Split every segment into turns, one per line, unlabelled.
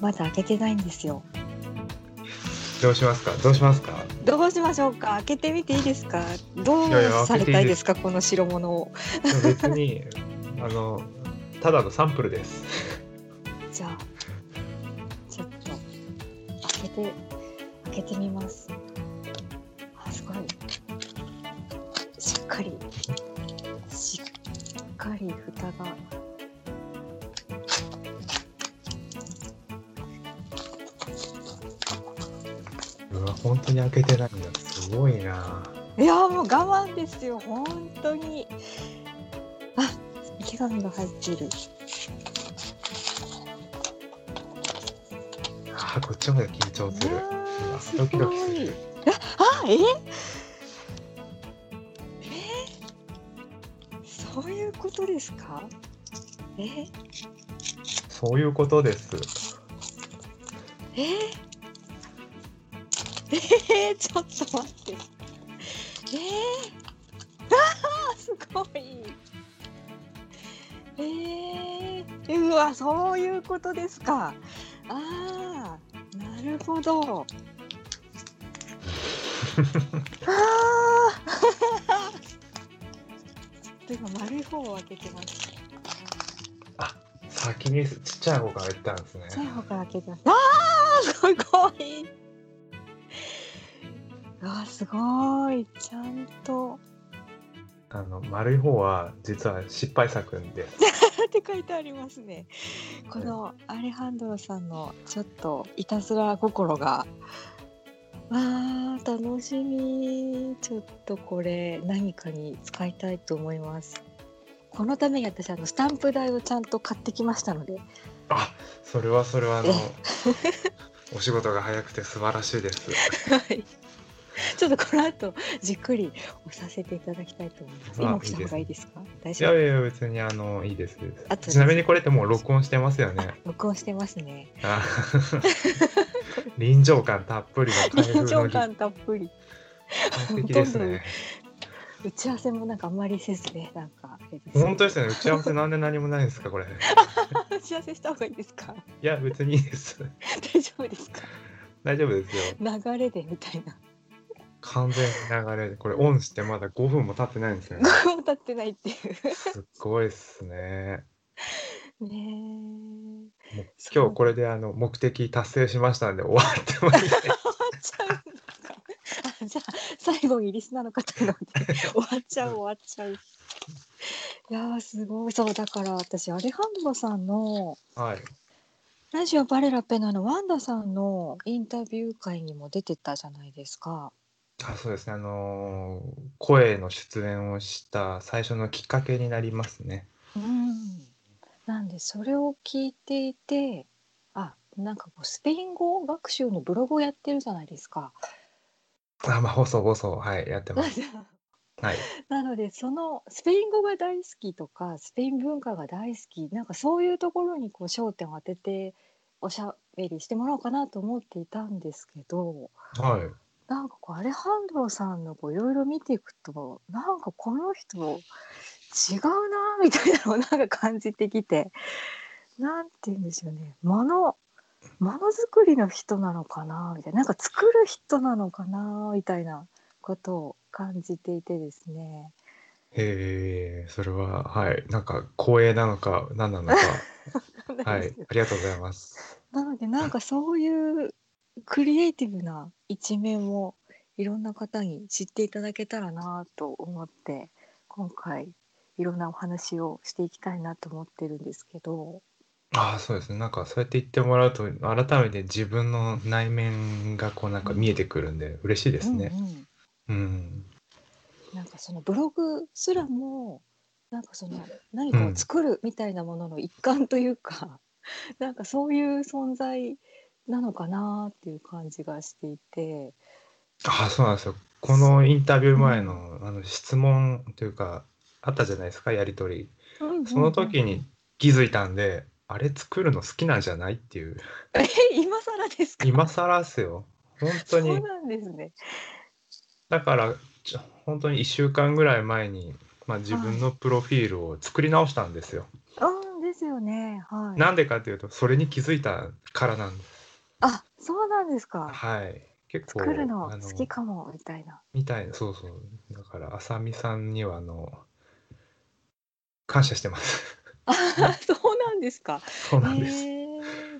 まだ開けてないんですよ。
どうしますかどうしますか
どうしましょうか開けてみていいですかどう
いやいや
さ
開
れ
けていいです
たいですかこの白物を。
別にあのただのサンプルです
じゃあちょっと開けて開けてみます。あすごいしっかりしっかり蓋が。
うわ本当に開けてないんだすごいない
やもう我慢ですよ本当に。あ池紙が入っている。
あこっちまで緊張する
いやーす
あ
ごい
ドキドキする
あええそういうことですかえ
そういうことです
ええー、ちょっと待ってえああーすごいえー、うわそういうことですかああなるほどああ ちょっと今丸い方を開けてます。
先にちっちゃい方から行ったんですね
ちっちゃい方から開けてます。ああすごい。あーすごいちゃんと。
あの丸い方は実は失敗作です
って書いてありますね。このアレハンドロさんのちょっといたずら心が。わあ楽しみ。ちょっとこれ何かに使いたいと思います。このために私あのスタンプ台をちゃんと買ってきましたので。
あそれはそれはあの
え
お仕事が早くて素晴らし いです
はい。ちょっとこの後じっくり押させていただきたいと思います。
あ
今押した方がいいですか？大
い
丈
や
夫。
いや別にあのいいですいいです
あと
ちなみにこれってもう録音してますよね
あ、録音してますね。
あ 臨場感たっぷりの開封の
臨場感たっぷり。
完璧ですね
打ち合わせもなんかあんまりせずね、なんかあれですね。
本当ですね打ち合わせなんで何もないんですかこれ
打ち合わせした方がいいですか？
いや別にいいです
大丈夫ですか？
大丈夫ですよ
流れでみたいな。
完全に流れでこれオンしてまだ5分も経ってないんですね
5分も経ってないってい
すっごいっすね
う。ねえ。
もう今日これであの目的達成しましたんで終わってもいい です
終わっちゃうのか。あじゃあ最後にリスナーの方ので終わっちゃう終わっちゃう。いやーすごいそうだから私アレハンドロさんの
はい
ラジオバレラペナのワンダさんのインタビュー会にも出てたじゃないですか。
あそうですねあのー声の出演をした最初のきっかけになりますね
うん、なんでそれを聞いていてあなんかこうスペイン語学習のブログをやってるじゃないですか。
あまあ細々はいやってますはい
なのでそのスペイン語が大好きとかスペイン文化が大好きなんかそういうところにこう焦点を当てておしゃべりしてもらおうかなと思っていたんですけど
はい
なんかこうアレハンドロさんのこういろいろ見ていくとなんかこの人違うなみたいなのをなんか感じてきてなんて言うんでしょうねものものづくりの人なのかなみたいななんか作る人なのかなみたいなことを感じていてですね。
えー、それは、はい、なんか光栄なのか、何なのか、はい、ありがとうございます。
なのでなんかそういうクリエイティブな一面をいろんな方に知っていただけたらなと思って今回いろんなお話をしていきたいなと思ってるんですけど
ああ、そうですね、なんかそうやって言ってもらうと、改めて自分の内面がこうなんか見えてくるんで、嬉しいですね。
うんうん、
うん、
なんかそのブログすらもなんかその何かを作るみたいなものの一環というか、 なんかそういう存在なのかなっていう感じがしていて。
ああ、そうなんですよ。このインタビュー前の、あの質問というか、あったじゃないですか、やりとり。その時に気づいたんで、あれ作るの好きなんじゃないっていう、
え今更ですか
今更っすよ。本当に
そう。なんですね
だからちょ本当に1週間ぐらい前に、まあ、自分のプロフィールを作り直したんですよ。
うんでですよね。はい。
なんでかっていうとそれに気づいたからなんです。
あ、そうなんですか。
はい。結構
作るの
あ
好きかもみたいな。
みたいなそうそうだからあさみさんにはあの感謝してます。
あ、 そうなんですか。
そうなんです。
えー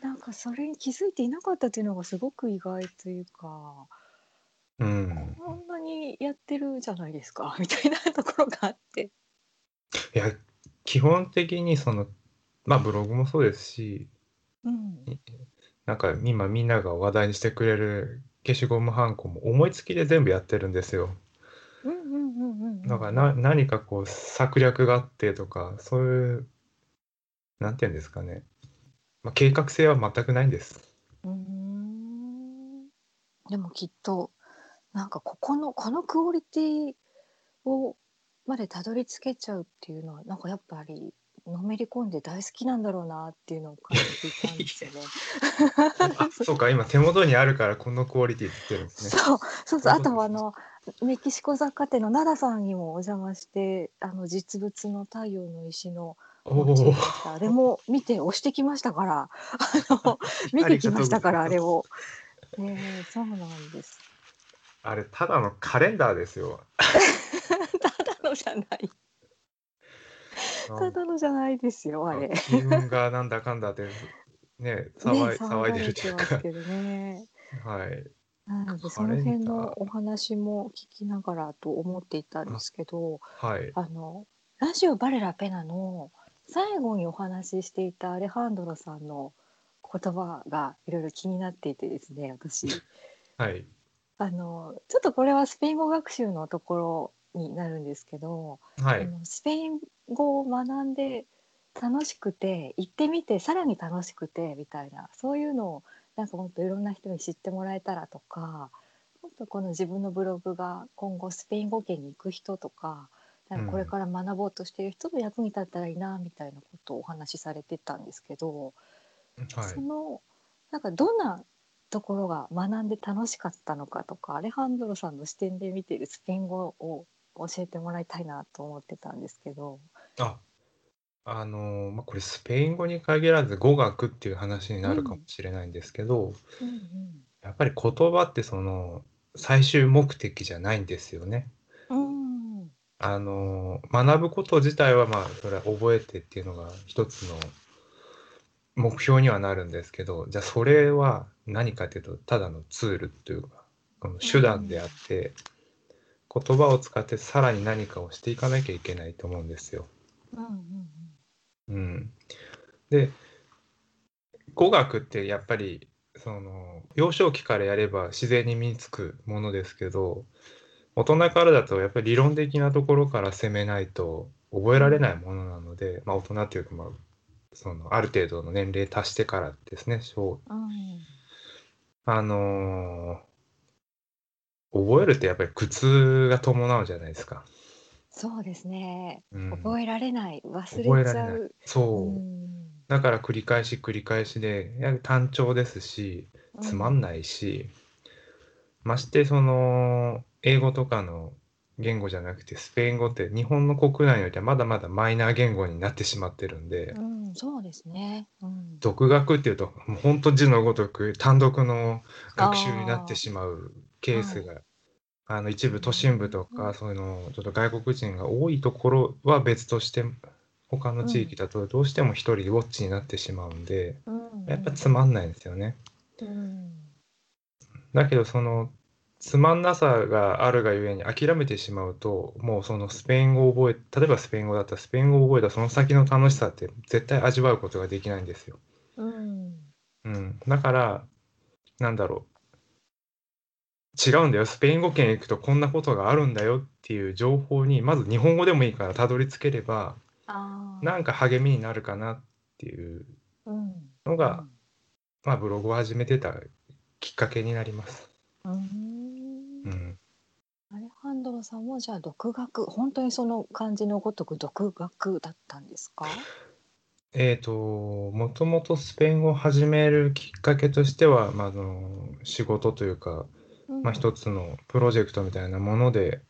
なんかそれに気づいていなかったというのがすごく意外というか、
うん。
こんなにやってるじゃないですかみたいなところがあって。
いや基本的にそのまあブログもそうですし
うん。
なんか今みんなが話題にしてくれる消しゴムはんこも思いつきで全部やってるんですよ。
うんうんうんうんうん。
だからな何かこう策略があってとかそういうなんていうんですかね、まあ、計画性は全くないんです。
うーんでもきっとなんかここのこのクオリティをまでたどり着けちゃうっていうのはなんかやっぱりのめり込んで大好きなんだろうなっていうのを感じ ていたんですよね。
あそうか今手元にあるからこのクオリティって言ってるんですね。
そうそうそう
な
あ
るほど
とはあのメキシコ雑貨店の奈良さんにもお邪魔してあの実物の太陽の石の
お
モチー
お
フでしたあれも見て押してきましたから あの見てきましたからあれを。ねえそうなん です
あれただのカレンダーですよ。
ただのじゃない。ただのじゃないですよ、あれ。ね、
気分がなんだかんだでね騒い騒いでるという
騒が
か
れてますけどね。
はい。
なので、そ
カ
の
レンダー
辺のお話も聞きながらと思っていたんですけど、
はい。
あの、ラジオバレラペナの最後にお話ししていたアレハンドロさんの言葉がいろいろ気になっていてですね、 私。
はい。
あの、ちょっとこれはスペイン語学習のところになるんですけど、
は
あ
い。
のスペイン語を学んで楽しくて行ってみてさらに楽しくてみたいなそういうのをなんかもっといろんな人に知ってもらえたらとかもっとこの自分のブログが今後スペイン語圏に行く人とかなんかこれから学ぼうとしている人の役に立ったらいいなみたいなことをお話しされてたんですけど、
はい
そ。のなんかどんなところが学んで楽しかったのかとかアレハンドロさんの視点で見ているスペイン語を教えてもらいたいなと思ってたんですけど。
あ、あのーまあ、これスペイン語に限らず語学っていう話になるかもしれないんですけど、
うん
やっぱり言葉ってその最終目的じゃないんですよね。
うんうん
あのー学ぶこと自体はまあそれは覚えてっていうのが一つの目標にはなるんですけどじゃあそれは何かっていうとただのツールというかこの手段であって、言葉を使ってさらに何かをしていかなきゃいけないと思うんですよ。
うんうん
うん、で語学ってやっぱりその幼少期からやれば自然に身につくものですけど大人からだとやっぱり理論的なところから攻めないと覚えられないものなので、まあ、大人というか、まあ、そのある程度の年齢達してからですね小
うん
あのー覚えるってやっぱり苦痛が伴うじゃないですか。
そうですね
うん、
覚
え
えられない忘
覚え
れ
ら
ち
れ
ゃ。
ないうそう、
うん
だから繰り返し繰り返しでやはり単調ですしつまんないし、ましてその英語とかの言語じゃなくてスペイン語って日本の国内においてはまだまだマイナー言語になってしまってるんで、
うん、そうですね。うん、
独学っていうともう本当字のごとく単独の学習になってしまうケースが。あの一部都心部と
う
か
ん
そういうのちょっと外国人が多いところは別として他の地域だとどうしても一人ウォッチになってしまうんで、
うん
やっぱつまんないんですよね。
うん
だけどそのつまんなさがあるがゆえに諦めてしまうともうそのスペイン語を覚え例えばスペイン語だったらスペイン語を覚えたその先の楽しさって絶対味わうことができないんですよ。
うん
うん、だからなんだろう違うんだよスペイン語圏行くとこんなことがあるんだよっていう情報にまず日本語でもいいからたどり着ければ
あー
なんか励みになるかなっていう
うん
のが、まあ、ブログを始めてたきっかけになります。
うんうん
うん
アレハンドロさんもじゃあ独学本当にその漢字のごとく独学だったんですか？
えーと、もともとスペイン語を始めるきっかけとしては、まあ、あの仕事というか、まあ、一つのプロジェクトみたいなもので、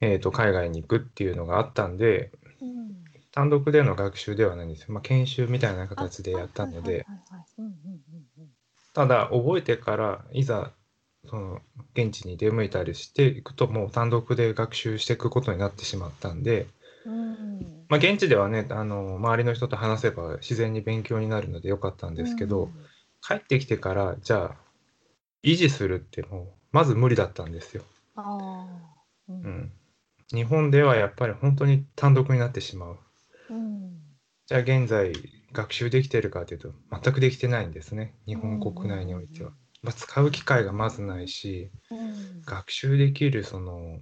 えーと、海外に行くっていうのがあったんで、
うん
単独での学習ではないんですよ、まあ、研修みたいな形でやった
は
ので、
いはいはいはいうんうんうんうん
ただ覚えてからいざその現地に出向いたりしていくともう単独で学習していくことになってしまったんで、
うん
まあ、現地ではねあの周りの人と話せば自然に勉強になるのでよかったんですけど、
うん
帰ってきてからじゃあ維持するってもうまず無理だったんですよ。
あーう
うんん、日本ではやっぱり本当に単独になってしまう。
うん
じゃあ現在学習できてるかというと全くできてないんですね日本国内においては。まあ、使う機会がまずないし
うん
学習できるその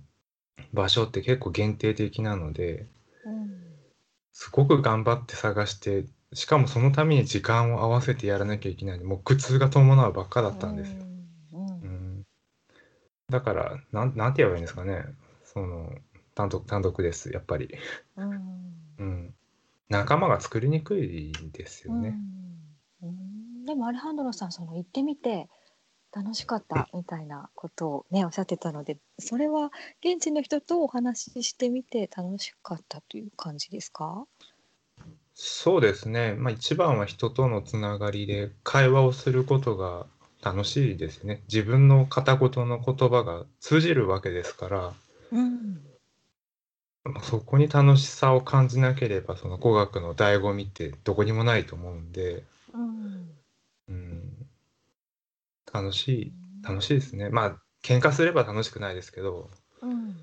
場所って結構限定的なので
うん
すごく頑張って探してしかもそのために時間を合わせてやらなきゃいけないもう苦痛が伴うばっかだったんですよ。
うんうん
うんだからなんなんて言えばいいんですかねその単独単独ですやっぱり、
うん
うん、仲間が作りにくいですよね、
うんうんでもアレハンドロさんその行ってみて楽しかったみたいなことをねおっしゃってたのでそれは現地の人とお話ししてみて楽しかったという感じですか、
そうですねまあ一番は人とのつながりで会話をすることが楽しいですね自分の片言の言葉が通じるわけですから
うん
まあそこに楽しさを感じなければその語学の醍醐味ってどこにもないと思うんで、
うん、
うん、楽しい楽しいですねまあ喧嘩すれば楽しくないですけど
うん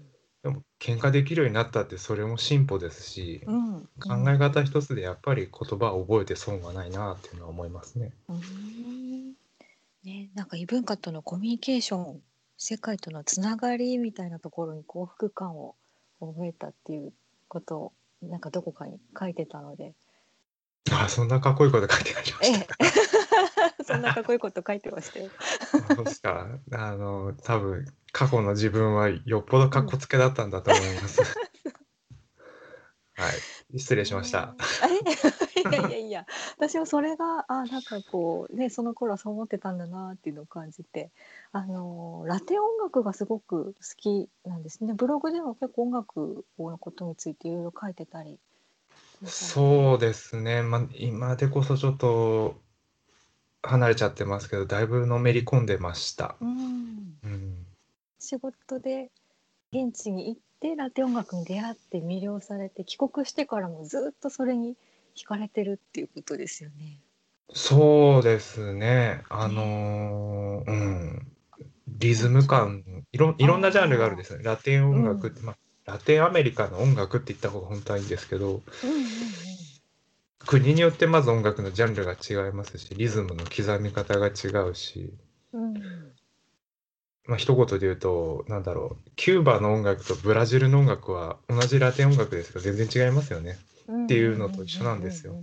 でも喧嘩できるようになったってそれも進歩ですし、
うん、
考え方一つでやっぱり言葉を覚えて損はないなっていうのは思いますね。
うんね、なんか異文化とのコミュニケーション世界とのつながりみたいなところに幸福感を覚えたっていうことをなんかどこかに書いてたので
あそんなかっこいいこと書いてありま
え
し
え、 そんなかっこいいこと書いてましたよ。
た。 そうですか。あの多分過去の自分はよっぽどかっこつけだったんだと思います。はい失礼しました。
あれ いやいやいや私もそれがあなんかこうねその頃はそう思ってたんだなっていうのを感じてあのラテン音楽がすごく好きなんですねブログでも結構音楽のことについていろいろ書いてたり。
そうですね、まあ、今でこそちょっと離れちゃってますけどだいぶのめり込んでました。
うん
うん
仕事で現地に行ってラテン音楽に出会って魅了されて帰国してからもずっとそれに惹かれてるっていうことですよね。
そうですね。あのーうん。リズム感、いろ、いろんなジャンルがあるんですよね。ラテン音楽って、まあ、ラテンアメリカの音楽って言った方が本当はいいんですけど、
うんうんうん
国によってまず音楽のジャンルが違いますし、リズムの刻み方が違うし、
うん
まあ、一言で言うと、なんだろう、キューバの音楽とブラジルの音楽は同じラテン音楽ですけど、全然違いますよね。
って
いうのと一緒なんですよ。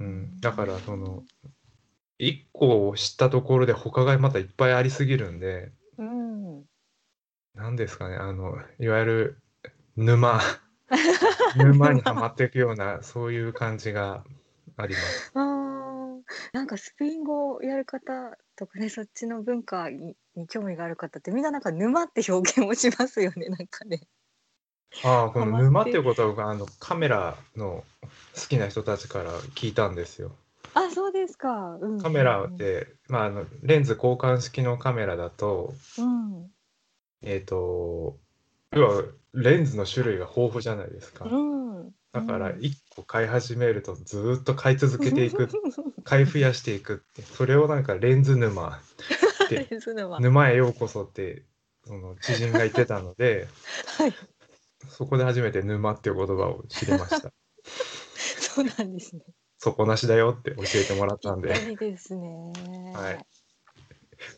うん。だから、その、一個を知ったところで他がまたいっぱいありすぎるんで、
うんうん
なんですかね、あの、いわゆる 沼、沼にはまっていくような、そういう感じがあります。
あーなんかスペイン語をやる方とかねそっちの文化にに興味がある方ってみんななんか「沼」って表現をしますよねなんかね。
ああ、こ
ハマ
の
って
沼っていうことは僕、あの、カメラの好きな人たちから聞いたんですよ。
あそうですか。うん
カメラで、まあ、あの、レンズ交換式のカメラだと、
うん
えっと、要は、レンズの種類が豊富じゃないですか。
うん、
だから、
うん
1個買い始めると、ずーっと買い続けていく、買い増やしていくって、それをなんかレンズ沼って
レンズ沼
沼へようこそってその知人が言ってたので
はい
そこで初めて沼っていう言葉を知りました
そうなんですね。
底なしだよって教えてもらったん
ぴ
で
ったりですね。
はい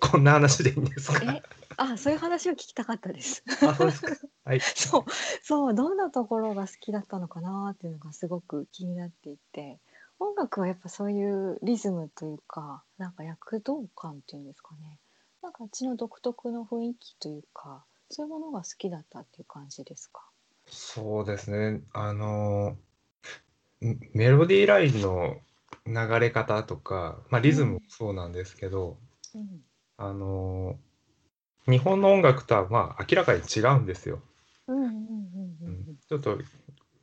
こんな話でいいんですか
え、あ、そういう話を聞きたかったです。
あそうですかは い
そうそうどんなところが好きだったのかなっていうのがすごく気になっていて音楽はやっぱそういうリズムというかなんか躍動感っていうんですかねなんかうちの独特の雰囲気というかそういうものが好きだったっていう感じですか。
そうですねあのんメロディーラインの流れ方とか、まあ、リズムもそうなんですけど、
うん
あの日本の音楽とはまあ明らかに違うんですよ。
うんうんうんうん
ちょっと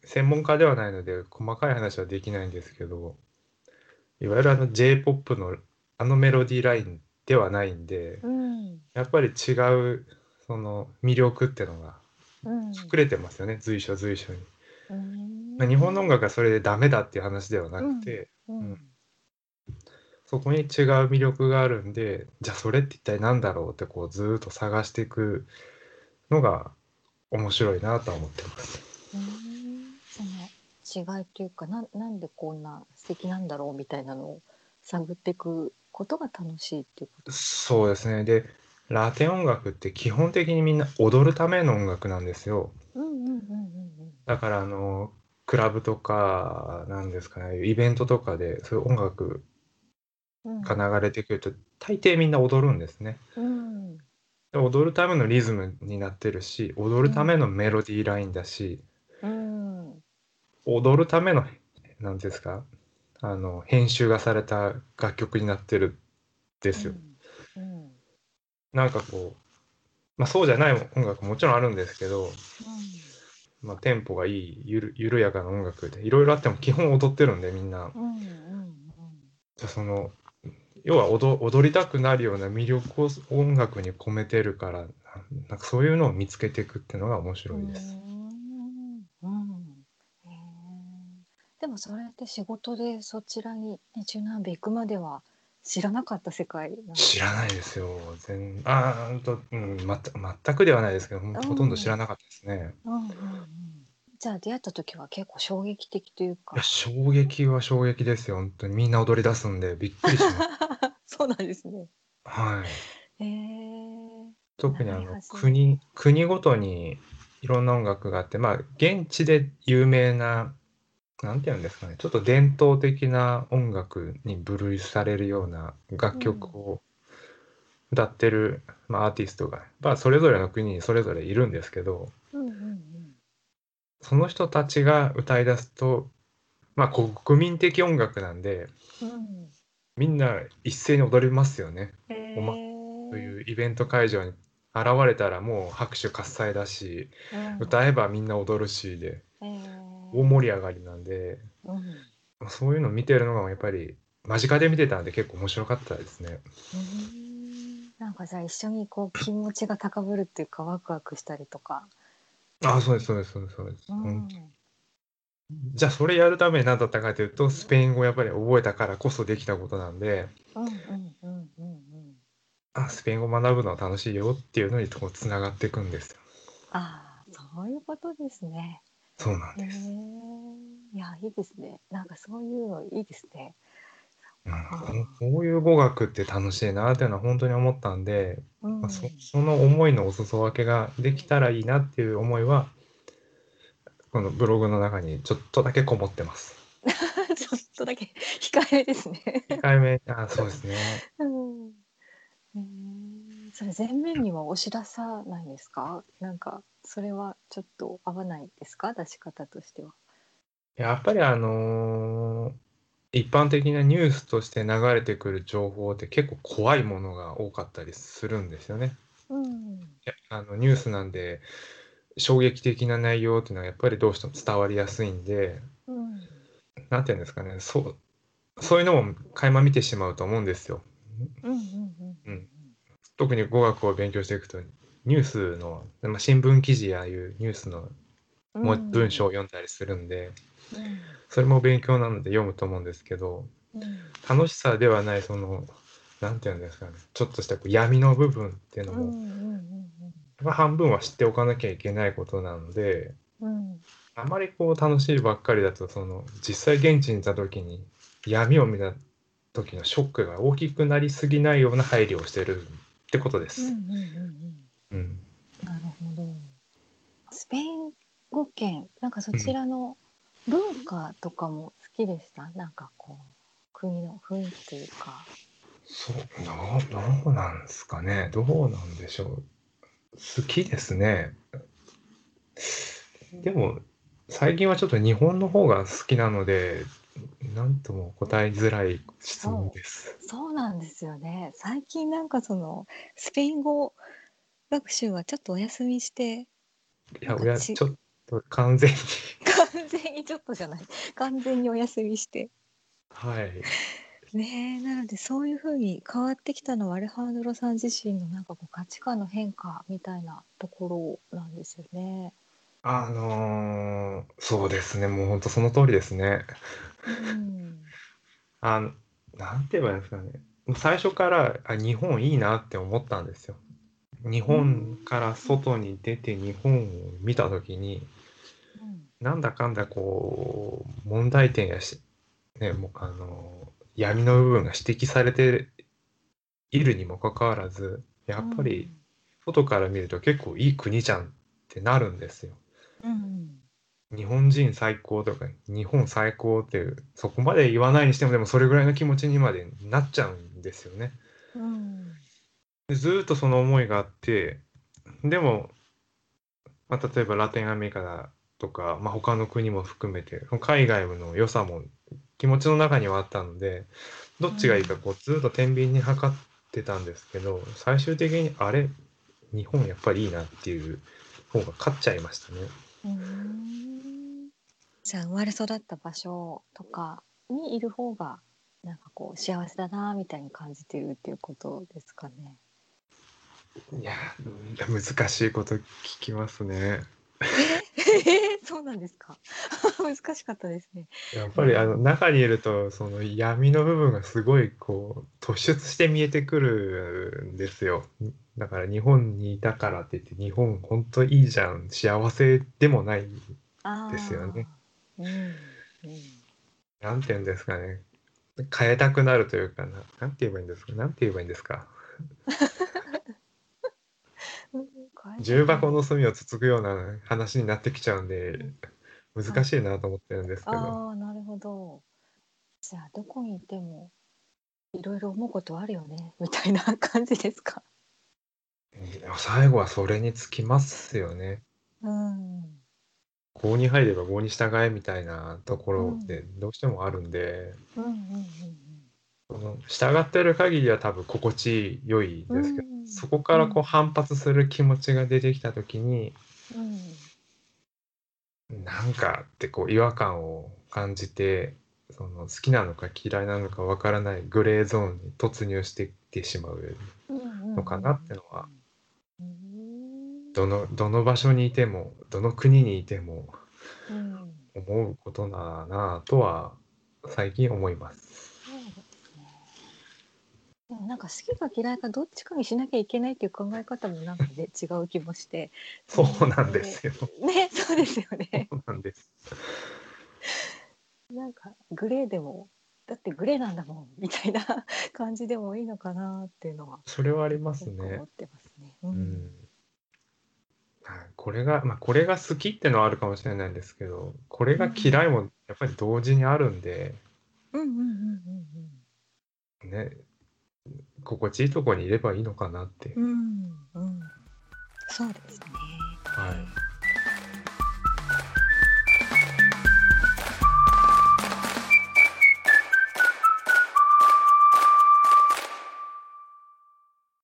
専門家ではないので細かい話はできないんですけどいわゆるあの J−POP のあのメロディーラインではないんで
うん
やっぱり違うその魅力ってのが
うん
隠れてますよね随所随所に。
うん
まあ日本の音楽がそれでダメだっていう話ではなくて、
うん
そこに違う魅力があるんでじゃあそれって一体何だろうってこうずーっと探していくのが面白いなとは思ってます。
うんその違いというかななんでこんな素敵なんだろうみたいなのを探っていくことが楽しいっていうこと
そうですねでラテン音楽って基本的にみんな踊るための音楽なんですよ。
うんうんうんうん
だからあのクラブとかなんですかねイベントとかでそういう音楽
うんうん
が流れてくると大抵みんな踊るんですね。
うん
で踊るためのリズムになってるし踊るためのメロディーラインだし、
うん
踊るための何ですかあの編集がされた楽曲になってるんですよ。
うんうん
なんかこう、まあ、そうじゃない音楽ももちろんあるんですけど、まあ、テンポがいいゆる緩やかな音楽でいろいろあっても基本踊ってるんでみんな
うんうんうん
じゃあその要は踊踊りたくなるような魅力を音楽に込めてるからなんなんかそういうのを見つけていくっていうのが面
う
白い
ん
です。
うんへえでもそれって仕事でそちらに、ね、中南米行くまでは知らなかった世界なん
知らないですよ。全あーうんと、うん、また全くではないですけど、ほとんど知らなかったですね。
うんうんうんじゃあ出会った時は結構衝撃的という
い
か
や衝撃は衝撃ですよ本当にみんな踊り出すんでびっくりしま す
そうなんですね。
はい
へえ
特にあ
流れ
の
始め
国国ごとにいろんな音楽があってまあ現地で有名ななんていうんですかねちょっと伝統的な音楽に分類されるような楽曲を歌ってる、まあ、アーティストが、まあ、それぞれの国にそれぞれいるんですけど
うんうんうん
その人たちが歌い出すとまあ国民的音楽なんで
うん
みんな一斉に踊りますよね。
へえ
おまというイベント会場に現れたらもう拍手喝采だし
うん
歌えばみんな踊るしで
へえ
大盛り上がりなんで
うんうん
そういうのを見てるのがやっぱり間近で見てたんで結構面白かったですね。
なんかじゃあ一緒にこう気持ちが高ぶるっていうかワクワクしたりとか。
あそうですそうですそうですそうです、
う
うん
ん
じゃあそれやるために何だったかというとスペイン語をやっぱり覚えたからこそできたことなんで
うんうんうんうんうん。
あスペイン語学ぶのは楽しいよっていうのにこうつながっていくんですよ。
ああそういうことですね。
そうなん
へえ
です、
いやいいですね。なんかそういうのいいですね。
うんこうこういう語学って楽しいなっていうのは本当に思ったんで
うん
まあ、そその思いのお裾分けができたらいいなっていう思いはこのブログの中にちょっとだけこもっ てます。
ちょっとだけ控えですね。
1回目あそうですね
うんへーそれ全面には押し出さないんですか？なんかそれはちょっと合わないですか？出し方としては。
やっぱりあのー一般的なニュースとして流れてくる情報って結構怖いものが多かったりするんですよね。
うん。
いやあのニュースなんで衝撃的な内容っていうのはやっぱりどうしても伝わりやすいんで
うん。
なんていうんですかねそうそういうのも垣間見てしまうと思うんですよ。
うんうんうん。
うん特に語学を勉強していくとニュースの、まあ、新聞記事やああいうニュースの
うん
もう文章を。読んだりするんで、
う
それも勉強なので読むと思うんですけど
ん。うん
楽しさではないそのなんていうんですかねちょっとしたこう闇の部分っていうの
う
も、
んうん
まあ半分は知っておかなきゃいけないことなので
うんうん。
あまりこう楽しいばっかりだとその実際現地にいた時に闇を見た時のショックが大きくなりすぎないような配慮をしてるってことで
うんうん
す。
うんうん。
うん
なるほど。スペイン語圏、なんかそちらの文化とかも好きでした。なんかこう国の雰囲気というか。
そうどうどうなんですかねどうなんでしょう好きですねでも最近はちょっと日本の方が好きなので何とも答えづらい質問です
そうなんですよね。最近なんかそのスペイン語学習はちょっとお休みして、
いや
なんか
おや
ち
ちょっ完全に
完全にちょっとじゃない完全にお休みして
はい
ねえなのでそういうふうに変わってきたのはアレハンドロさん自身のなんかこう価値観の変化みたいなところなんですよね。
あのーそうですねもう本当その通りですね
うん、
あのなんて言えばいいんですかねもう最初からあ日本いいなって思ったんですよ日本から外に出て日本を見た時に
うん
なんだかんだこう問題点やし、ね、もうあの闇の部分が指摘されているにもかかわらずやっぱり外から見ると結構いい国じゃんってなるんですよ。
うん
日本人最高とか日本最高っていうそこまで言わないにしてもでもそれぐらいの気持ちにまでなっちゃうんですよね。
うん
でずーっとその思いがあってでも、まあ、例えばラテンアメリカとか、まあ、他の国も含めて海外の良さも気持ちの中にはあったのでどっちがいいかこうずーっと天秤に測ってたんですけど最終的にあれ日本やっぱりいいなっていう方が勝っちゃいましたね。
うんじゃあ生まれ育った場所とかにいる方がなんかこう幸せだなみたいに感じてるっていうことですかね。
いや難しいこと聞きますね。
えそうなんですか難しかったですね。
やっぱりあの中にいるとその闇の部分がすごいこう突出して見えてくるんですよだから日本にいたからって言って日本本当いいじゃん幸せでもない
あー
ですよね。
うんうん
なんて言うんですかね変えたくなるというかななんて言えばいいんですかなんて言えばいいんですか
うん
重箱の隅をつつくような話になってきちゃうんで難しいなと思ってるんですけど
ああなるほどじゃあどこにいてもいろいろ思うことはあるよねみたいな感じですか
最後はそれにつきますよね。
うん
郷に入れば郷に従えみたいなところってどうしてもあるんで、
うんうんうん
その従ってる限りは多分心地よい
うん
ですけど、
うん
そこからこう反発する気持ちが出てきた時に、
うん
なんかってこう違和感を感じてその好きなのか嫌いなのかわからないグレーゾーンに突入してきてしまう
うんうん
のかなってのは
うん
どのどの場所にいてもどの国にいても
うんそう
思うことだなぁとは最近思います。
ですねでもなんか好きか嫌いかどっちかにしなきゃいけないっていう考え方もなんかね違う気も して
そうなんですよ。
ねそうですよね
そうなんです。
なんかグレーでもだってグレーなんだもんみたいな 感じでもいいのかなっていうのは
それはあります
結構
ね
思っ。てますね。う
うんん。はいこれが、まあ、これが好きってのはあるかもしれないんですけど、これが嫌いもやっぱり同時にあるんで、
うんうんうん
ね、心地いいとこにいればいいのかなって。
うんうんうんそうですね。
はい。